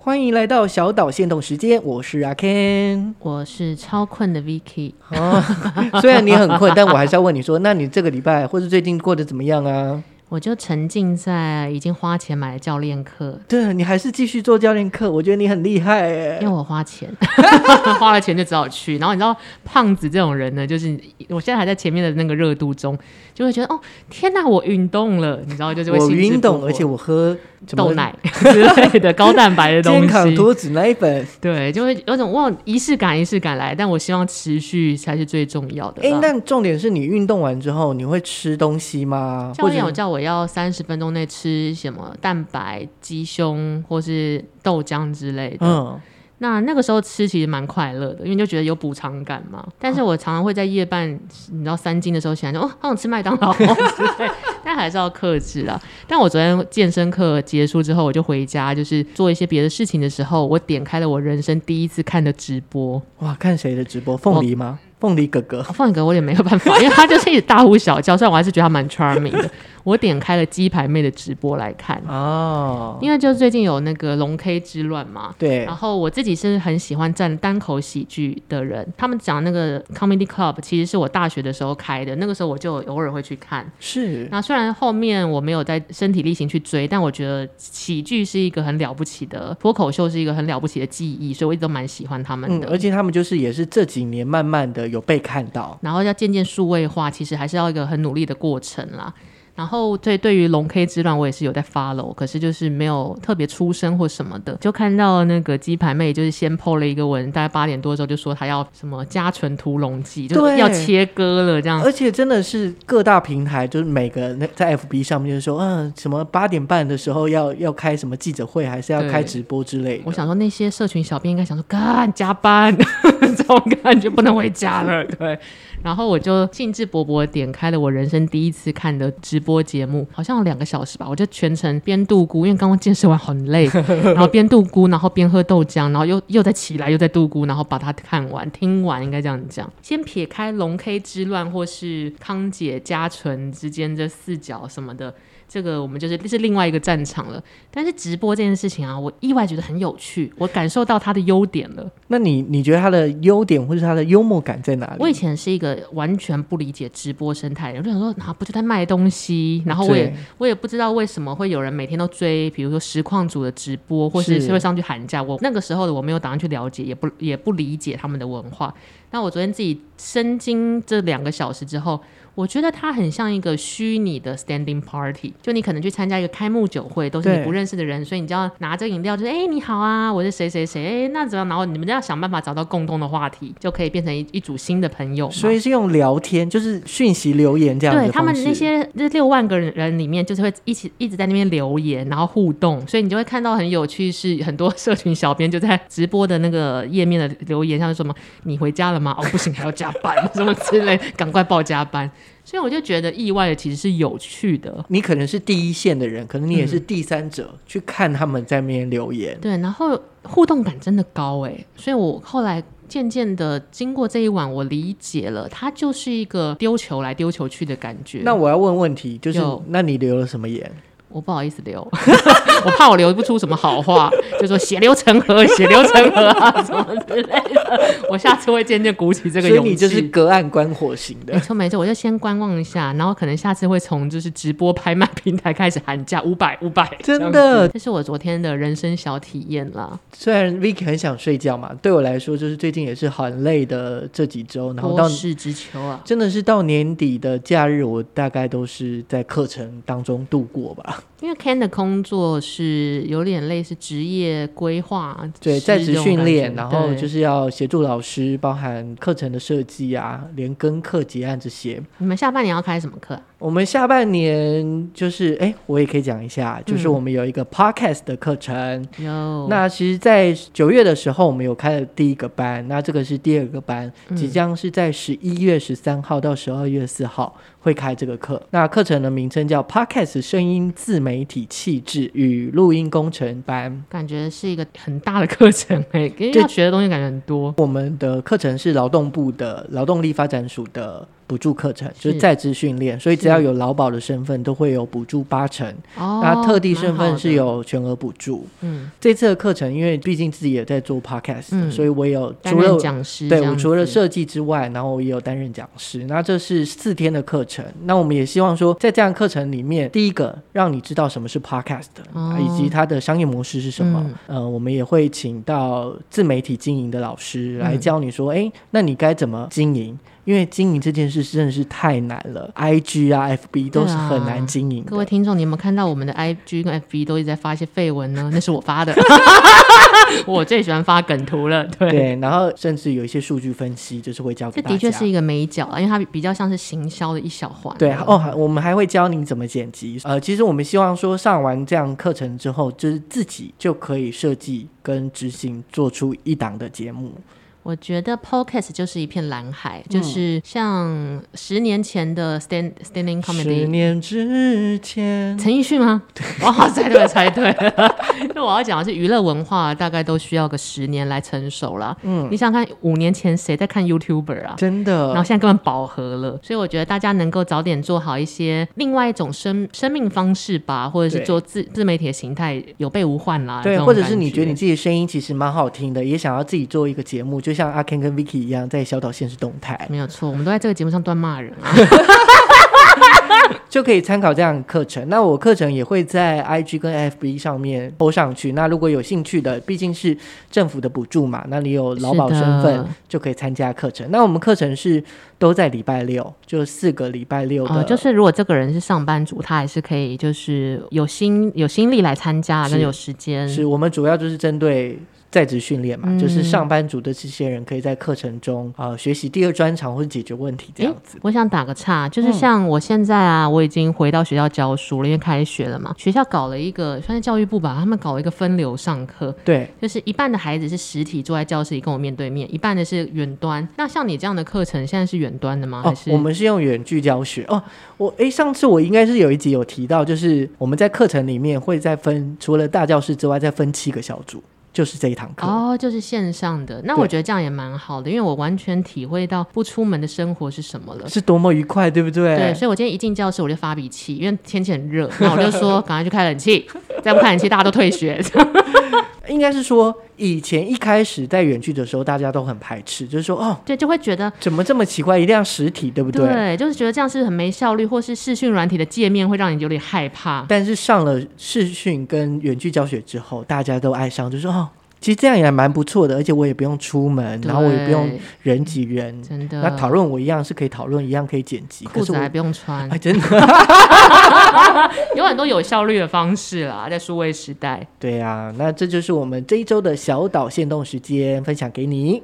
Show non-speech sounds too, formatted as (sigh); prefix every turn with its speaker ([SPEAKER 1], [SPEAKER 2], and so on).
[SPEAKER 1] 欢迎来到小岛限动时间，我是阿 Ken。
[SPEAKER 2] 我是超困的 Vicky，
[SPEAKER 1] 哦， (laughs) 虽然你很困，但我还是要问你说，那你这个礼拜或者最近过得怎么样啊？
[SPEAKER 2] 我就沉浸在已经花钱买了教练课，
[SPEAKER 1] 对你还是继续做教练课，我觉得你很厉害
[SPEAKER 2] 因为
[SPEAKER 1] 哎。
[SPEAKER 2] 我花钱， (laughs) 花了钱就只好去。然后你知道胖子这种人呢，就是我现在还在前面的那个热度中，就会觉得哦天哪，我运动了，你知道就是会
[SPEAKER 1] 我
[SPEAKER 2] 兴致
[SPEAKER 1] 运
[SPEAKER 2] 勃
[SPEAKER 1] 动，
[SPEAKER 2] 勃
[SPEAKER 1] 而且我喝什么
[SPEAKER 2] 豆奶 (laughs) 之类的高蛋白
[SPEAKER 1] (laughs)
[SPEAKER 2] 的
[SPEAKER 1] 健
[SPEAKER 2] 东
[SPEAKER 1] 康
[SPEAKER 2] 西，
[SPEAKER 1] 脱脂奶粉。
[SPEAKER 2] 对，就会有种哇仪式感仪式感来，但我希望持续才是最重要的
[SPEAKER 1] 哎、
[SPEAKER 2] 啦。
[SPEAKER 1] 那重点是你运动完之后，你会吃东西吗？啊
[SPEAKER 2] 教
[SPEAKER 1] 或
[SPEAKER 2] 练有
[SPEAKER 1] 者
[SPEAKER 2] 叫我要三十分钟内吃什么蛋白、鸡胸或是豆浆之类的。
[SPEAKER 1] 嗯，
[SPEAKER 2] 那那个时候吃其实蛮快乐的，因为就觉得有补偿感嘛。但是我常常会在夜半，你知道三更的时候起来就哦， (laughs) 好想吃麦
[SPEAKER 1] (laughs)
[SPEAKER 2] 当劳之类，但还是要克制啦。但我昨天健身课结束之后，我就回家，就是做一些别的事情的时候，我点开了我人生第一次看的直播。 (laughs)
[SPEAKER 1] 哇，看谁的直播？凤梨吗？凤梨哥哥。
[SPEAKER 2] 哦放哥我也没有办法，因为他就是一直大呼小叫，虽然我还是觉得他蛮 charming 的。我点开了鸡排妹的直播来看，
[SPEAKER 1] 哦，
[SPEAKER 2] 因为就最近有那个龙 K 之乱嘛，
[SPEAKER 1] 对
[SPEAKER 2] 然，后我自己是很喜欢站单口喜剧的人，他们讲那个 comedy club 其实是我大学的时候开的，那个时候我就偶尔会去看。
[SPEAKER 1] 是
[SPEAKER 2] 那虽然后面我没有在身体力行去追，但我觉得喜剧是一个很了不起的，脱口秀是一个很了不起的技艺，所以我一直都蛮喜欢他们
[SPEAKER 1] 嗯，
[SPEAKER 2] 的。
[SPEAKER 1] 而且他们就是也是这几年慢慢的有被看到，
[SPEAKER 2] 然后要渐渐数位化，其实还是要一个很努力的过程啦。然后对对于龙 K 之乱，我也是有在 follow，可是就是没有特别出声或什么的，就看到那个鸡排妹就是先 po 了一个文，大概八点多的时候就说她要什么加纯屠龙记，就是
[SPEAKER 1] 对
[SPEAKER 2] 要切割了这样。
[SPEAKER 1] 而且真的是各大平台就是每个那在 FB 上面就是说，嗯，什么八点半的时候要要开什么记者会，还是要
[SPEAKER 2] 对
[SPEAKER 1] 开直播之类的。
[SPEAKER 2] 我想说那些社群小编应该想说，干加班， (laughs) 这种感觉不能回家了，对。然后我就兴致勃勃地点开了我人生第一次看的直播节目，好像有两个小时吧，我就全程边度孤，因为刚刚健身完很累，然后边度孤，然后边喝豆浆，然后又又再起来，又在度孤，然后把它看完、听完，应该这样讲。先撇开龙 K 之乱或是康姐、嘉纯之间这四角什么的，这个我们就是是另外一个战场了。但是直播这件事情啊，我意外觉得很有趣，我感受到它的优点了。
[SPEAKER 1] 那你你觉得他的优点或是他的幽默感在哪
[SPEAKER 2] 我以
[SPEAKER 1] 里？
[SPEAKER 2] 前是一个完全不理解直播生态的人，我就想说，啊，不就在卖东西？然后我也
[SPEAKER 1] 对
[SPEAKER 2] 我也不知道为什么会有人每天都追，比如说实况组的直播，或是
[SPEAKER 1] 是
[SPEAKER 2] 会上去喊价。我那个时候的我没有打算去了解，也不也不理解他们的文化。那我昨天自己深经这两个小时之后，我觉得它很像一个虚拟的 standing party，就你可能去参加一个开幕酒会，都是
[SPEAKER 1] 对
[SPEAKER 2] 你不认识的人，所以你就要拿着饮料，就是哎、你好啊，我是谁谁谁，哎、那怎么样？然后你们要想办法找到共同的话题，就可以变成一一组新的朋友嘛。
[SPEAKER 1] 所以是用聊天，就是讯息留言这样的
[SPEAKER 2] 对他们
[SPEAKER 1] 方式
[SPEAKER 2] 那些这六万个人里面，就是会一起一直在那边留言，然后互动，所以你就会看到很有趣，是很多社群小编就在直播的那个页面的留言，像是什么“你回家了吗？”哦，不行，还要加班 (laughs) 什么之类，赶快报加班。所以我就觉得意外的其实是有趣的。
[SPEAKER 1] 你可能是第一线的人，可能你也是第三者，去看他们在那边留言。
[SPEAKER 2] 对，然后互动感真的高哎、所以我后来渐渐的经过这一晚，我理解了，它就是一个丢球来丢球去的感觉。
[SPEAKER 1] 那我要问问题，就是
[SPEAKER 2] 有
[SPEAKER 1] 那你留了什么言？
[SPEAKER 2] 我不好意思留， (laughs) 我怕我留不出什么好话， (laughs) 就说血流成
[SPEAKER 1] (laughs)
[SPEAKER 2] 河，血流成河啊 (laughs) 什么之类的。我下次会渐渐鼓起这个
[SPEAKER 1] 所以
[SPEAKER 2] 勇
[SPEAKER 1] 你
[SPEAKER 2] 气。
[SPEAKER 1] 就是隔岸观火型的
[SPEAKER 2] 没。错没错，我就先观望一下，然后可能下次会从就是直播拍卖平台开始喊价五百五百，
[SPEAKER 1] (laughs) 真
[SPEAKER 2] 这样子。
[SPEAKER 1] 的，
[SPEAKER 2] 这是我昨天的人生小体验啦，
[SPEAKER 1] 虽然 Vicky 很想睡觉嘛，对我来说就是最近也是很累的这几周，然后到
[SPEAKER 2] 多事之秋啊。
[SPEAKER 1] 真的是到年底的假日，我大概都是在课程当中度过吧。
[SPEAKER 2] 因为 Ken 的工作是有点类似职业规划，
[SPEAKER 1] 对，在职训练，然后就是是要协助老师，包含课程的设计啊，连跟课结案这些。
[SPEAKER 2] 你们下半年要开什么课啊？
[SPEAKER 1] 我们下半年就是，哎，我也可以讲一下，就是
[SPEAKER 2] 嗯
[SPEAKER 1] 我们有一个 podcast 的课程，
[SPEAKER 2] 有
[SPEAKER 1] 那其实，在九月的时候，我们有开了第一个班，那这个是第二个班，
[SPEAKER 2] 嗯
[SPEAKER 1] 即将是在十一月十三号到十二月四号会开这个课。那课程的名称叫 Podcast 声音自媒体气质与录音工程班。
[SPEAKER 2] 感觉是一个很大的课程 (laughs) 哎、因为
[SPEAKER 1] 对
[SPEAKER 2] 要学的东西感觉很多。
[SPEAKER 1] 我们的课程是劳动部的劳动力发展署的补助课程，就是是在职训练，所以只要
[SPEAKER 2] 是
[SPEAKER 1] 有劳保的身份都会有补助八成，
[SPEAKER 2] 哦，
[SPEAKER 1] 那特定身
[SPEAKER 2] 蛮好
[SPEAKER 1] 份
[SPEAKER 2] 的
[SPEAKER 1] 是，有全额补助。
[SPEAKER 2] 嗯，
[SPEAKER 1] 这次的课程，因为毕竟自己也在做 podcast，、
[SPEAKER 2] 嗯
[SPEAKER 1] 所以我也有
[SPEAKER 2] 担
[SPEAKER 1] 除
[SPEAKER 2] 任
[SPEAKER 1] 了
[SPEAKER 2] 讲师这样
[SPEAKER 1] 对
[SPEAKER 2] 子，
[SPEAKER 1] 我除了设计之外，然后我也有担任讲师。那这是四天的课程，那我们也希望说，在这样的课程里面，第一个让你知道什么是 podcast，、啊
[SPEAKER 2] 哦嗯
[SPEAKER 1] 以及它的商业模式是什么。呃，我们也会请到自媒体经营的老师来
[SPEAKER 2] 嗯
[SPEAKER 1] 教你说，哎、那你该怎么经营？因为经营这件事真的是太难了，IG 啊、FB 都是很难经营的。
[SPEAKER 2] 啊各位听众，你有没有看到我们的 IG 跟 FB 都一直在发一些绯
[SPEAKER 1] (laughs)
[SPEAKER 2] 闻呢？那是我发的， (laughs) 我最喜欢发梗图了。对，
[SPEAKER 1] 对，然后甚至有一些数据分析，就是会教给
[SPEAKER 2] 这
[SPEAKER 1] 大家。
[SPEAKER 2] 的确是一个美角啊，因为它比较像是行销的一小环。
[SPEAKER 1] 对哦，还我们还会教你怎么剪辑。呃，其实我们希望说上完这样课程之后，就是自己就可以设计跟执行，做出一档的节目。
[SPEAKER 2] 我觉得 Podcast 就是一片蓝海，
[SPEAKER 1] 嗯
[SPEAKER 2] 就是像十年前的 Stand Standing
[SPEAKER 1] 十
[SPEAKER 2] Comedy。
[SPEAKER 1] 年之前，
[SPEAKER 2] 陈奕迅吗？哇塞，对，猜对了。 (laughs) 那我要讲的是，娱乐文化大概都需要个十年来成熟啦。嗯，你想想看，五年前谁在看 YouTuber 啊？
[SPEAKER 1] 真
[SPEAKER 2] 然后
[SPEAKER 1] 的，
[SPEAKER 2] 现在根本饱和了，所以我觉得大家能够早点做好一些另外一种生生命方式吧，或者是
[SPEAKER 1] 对
[SPEAKER 2] 做自自媒体的形态，有备无患啦。这
[SPEAKER 1] 对，
[SPEAKER 2] 种
[SPEAKER 1] 或者是
[SPEAKER 2] 感
[SPEAKER 1] 你觉得你自己的声音其实蛮好听的，也想要自己做一个节目，就像阿 Ken 跟 Vicky 一样，在小岛现实动态，
[SPEAKER 2] 没有错，我们都在这个节目上乱骂人
[SPEAKER 1] (laughs)
[SPEAKER 2] 啊。
[SPEAKER 1] 就可以参考这样的课程。那我课程也会在 IG 跟 FB 上面播上去。那如果有兴趣的，毕竟是政府的补助嘛，那你有劳保
[SPEAKER 2] 是的
[SPEAKER 1] 身份，就可以参加课程。那我们课程是都在礼拜六，就四个礼拜六的，
[SPEAKER 2] 呃，就是如果这个人是上班族，他还是可以就是有心有心力来参加，
[SPEAKER 1] 是
[SPEAKER 2] 跟有时间。
[SPEAKER 1] 是我们主要就是针对。在职训练嘛，
[SPEAKER 2] 嗯
[SPEAKER 1] 就是上班族的这些人可以在课程中啊、呃学习第二专长或者解决问题这样子。
[SPEAKER 2] 我想打个岔，
[SPEAKER 1] 嗯
[SPEAKER 2] 就是像我现在啊，我已经回到学校教书了，因为开学了嘛。学校搞了一个，算是教育部吧，他们搞了一个分流上课，
[SPEAKER 1] 对，
[SPEAKER 2] 就是一半的孩子是实体坐在教室里跟我面对面，一半的是远端。那像你这样的课程，现在是远端的吗？还
[SPEAKER 1] 哦，
[SPEAKER 2] 是、
[SPEAKER 1] 我们是用远距教学哦。我诶，上次我应该是有一集有提到，就是我们在课程里面会再分，除了大教室之外，再分七个小组，就是这一堂课。
[SPEAKER 2] 哦，就是线上的。那
[SPEAKER 1] 对
[SPEAKER 2] 我觉得这样也蛮好的，因为我完全体会到不出门的生活是什么了。
[SPEAKER 1] 是多么愉快，对不对？
[SPEAKER 2] 对，所以我今天一进教室我就发脾气，因为天气很热，那我就说 (laughs) 赶快去开冷气，再不开冷气大家都退学。 (laughs)
[SPEAKER 1] 应该是说以前一开始在远距的时候，大家都很排斥，就是说哦，
[SPEAKER 2] 对，就会觉得
[SPEAKER 1] 怎么这么奇怪，一定要实体，对不对？
[SPEAKER 2] 对，就是觉得这样是很没效率，或是视讯软体的界面会让你有点害怕。
[SPEAKER 1] 但是上了视讯跟远距教学之后，大家都爱上，就说哦，其实这样也还蛮不错的，而且我也不用出门，然后我也不用
[SPEAKER 2] 对
[SPEAKER 1] 人挤人。
[SPEAKER 2] 真的
[SPEAKER 1] 那讨论我一样是可以讨论，一样可以剪辑，
[SPEAKER 2] 裤
[SPEAKER 1] 可是
[SPEAKER 2] 子
[SPEAKER 1] 我
[SPEAKER 2] 还不用
[SPEAKER 1] (laughs)
[SPEAKER 2] 穿
[SPEAKER 1] 哎，，真的。
[SPEAKER 2] 有很多有效率的方式啦，在数位时代。
[SPEAKER 1] 对啊，那这就是我们这一周的小岛限动时间分享给你。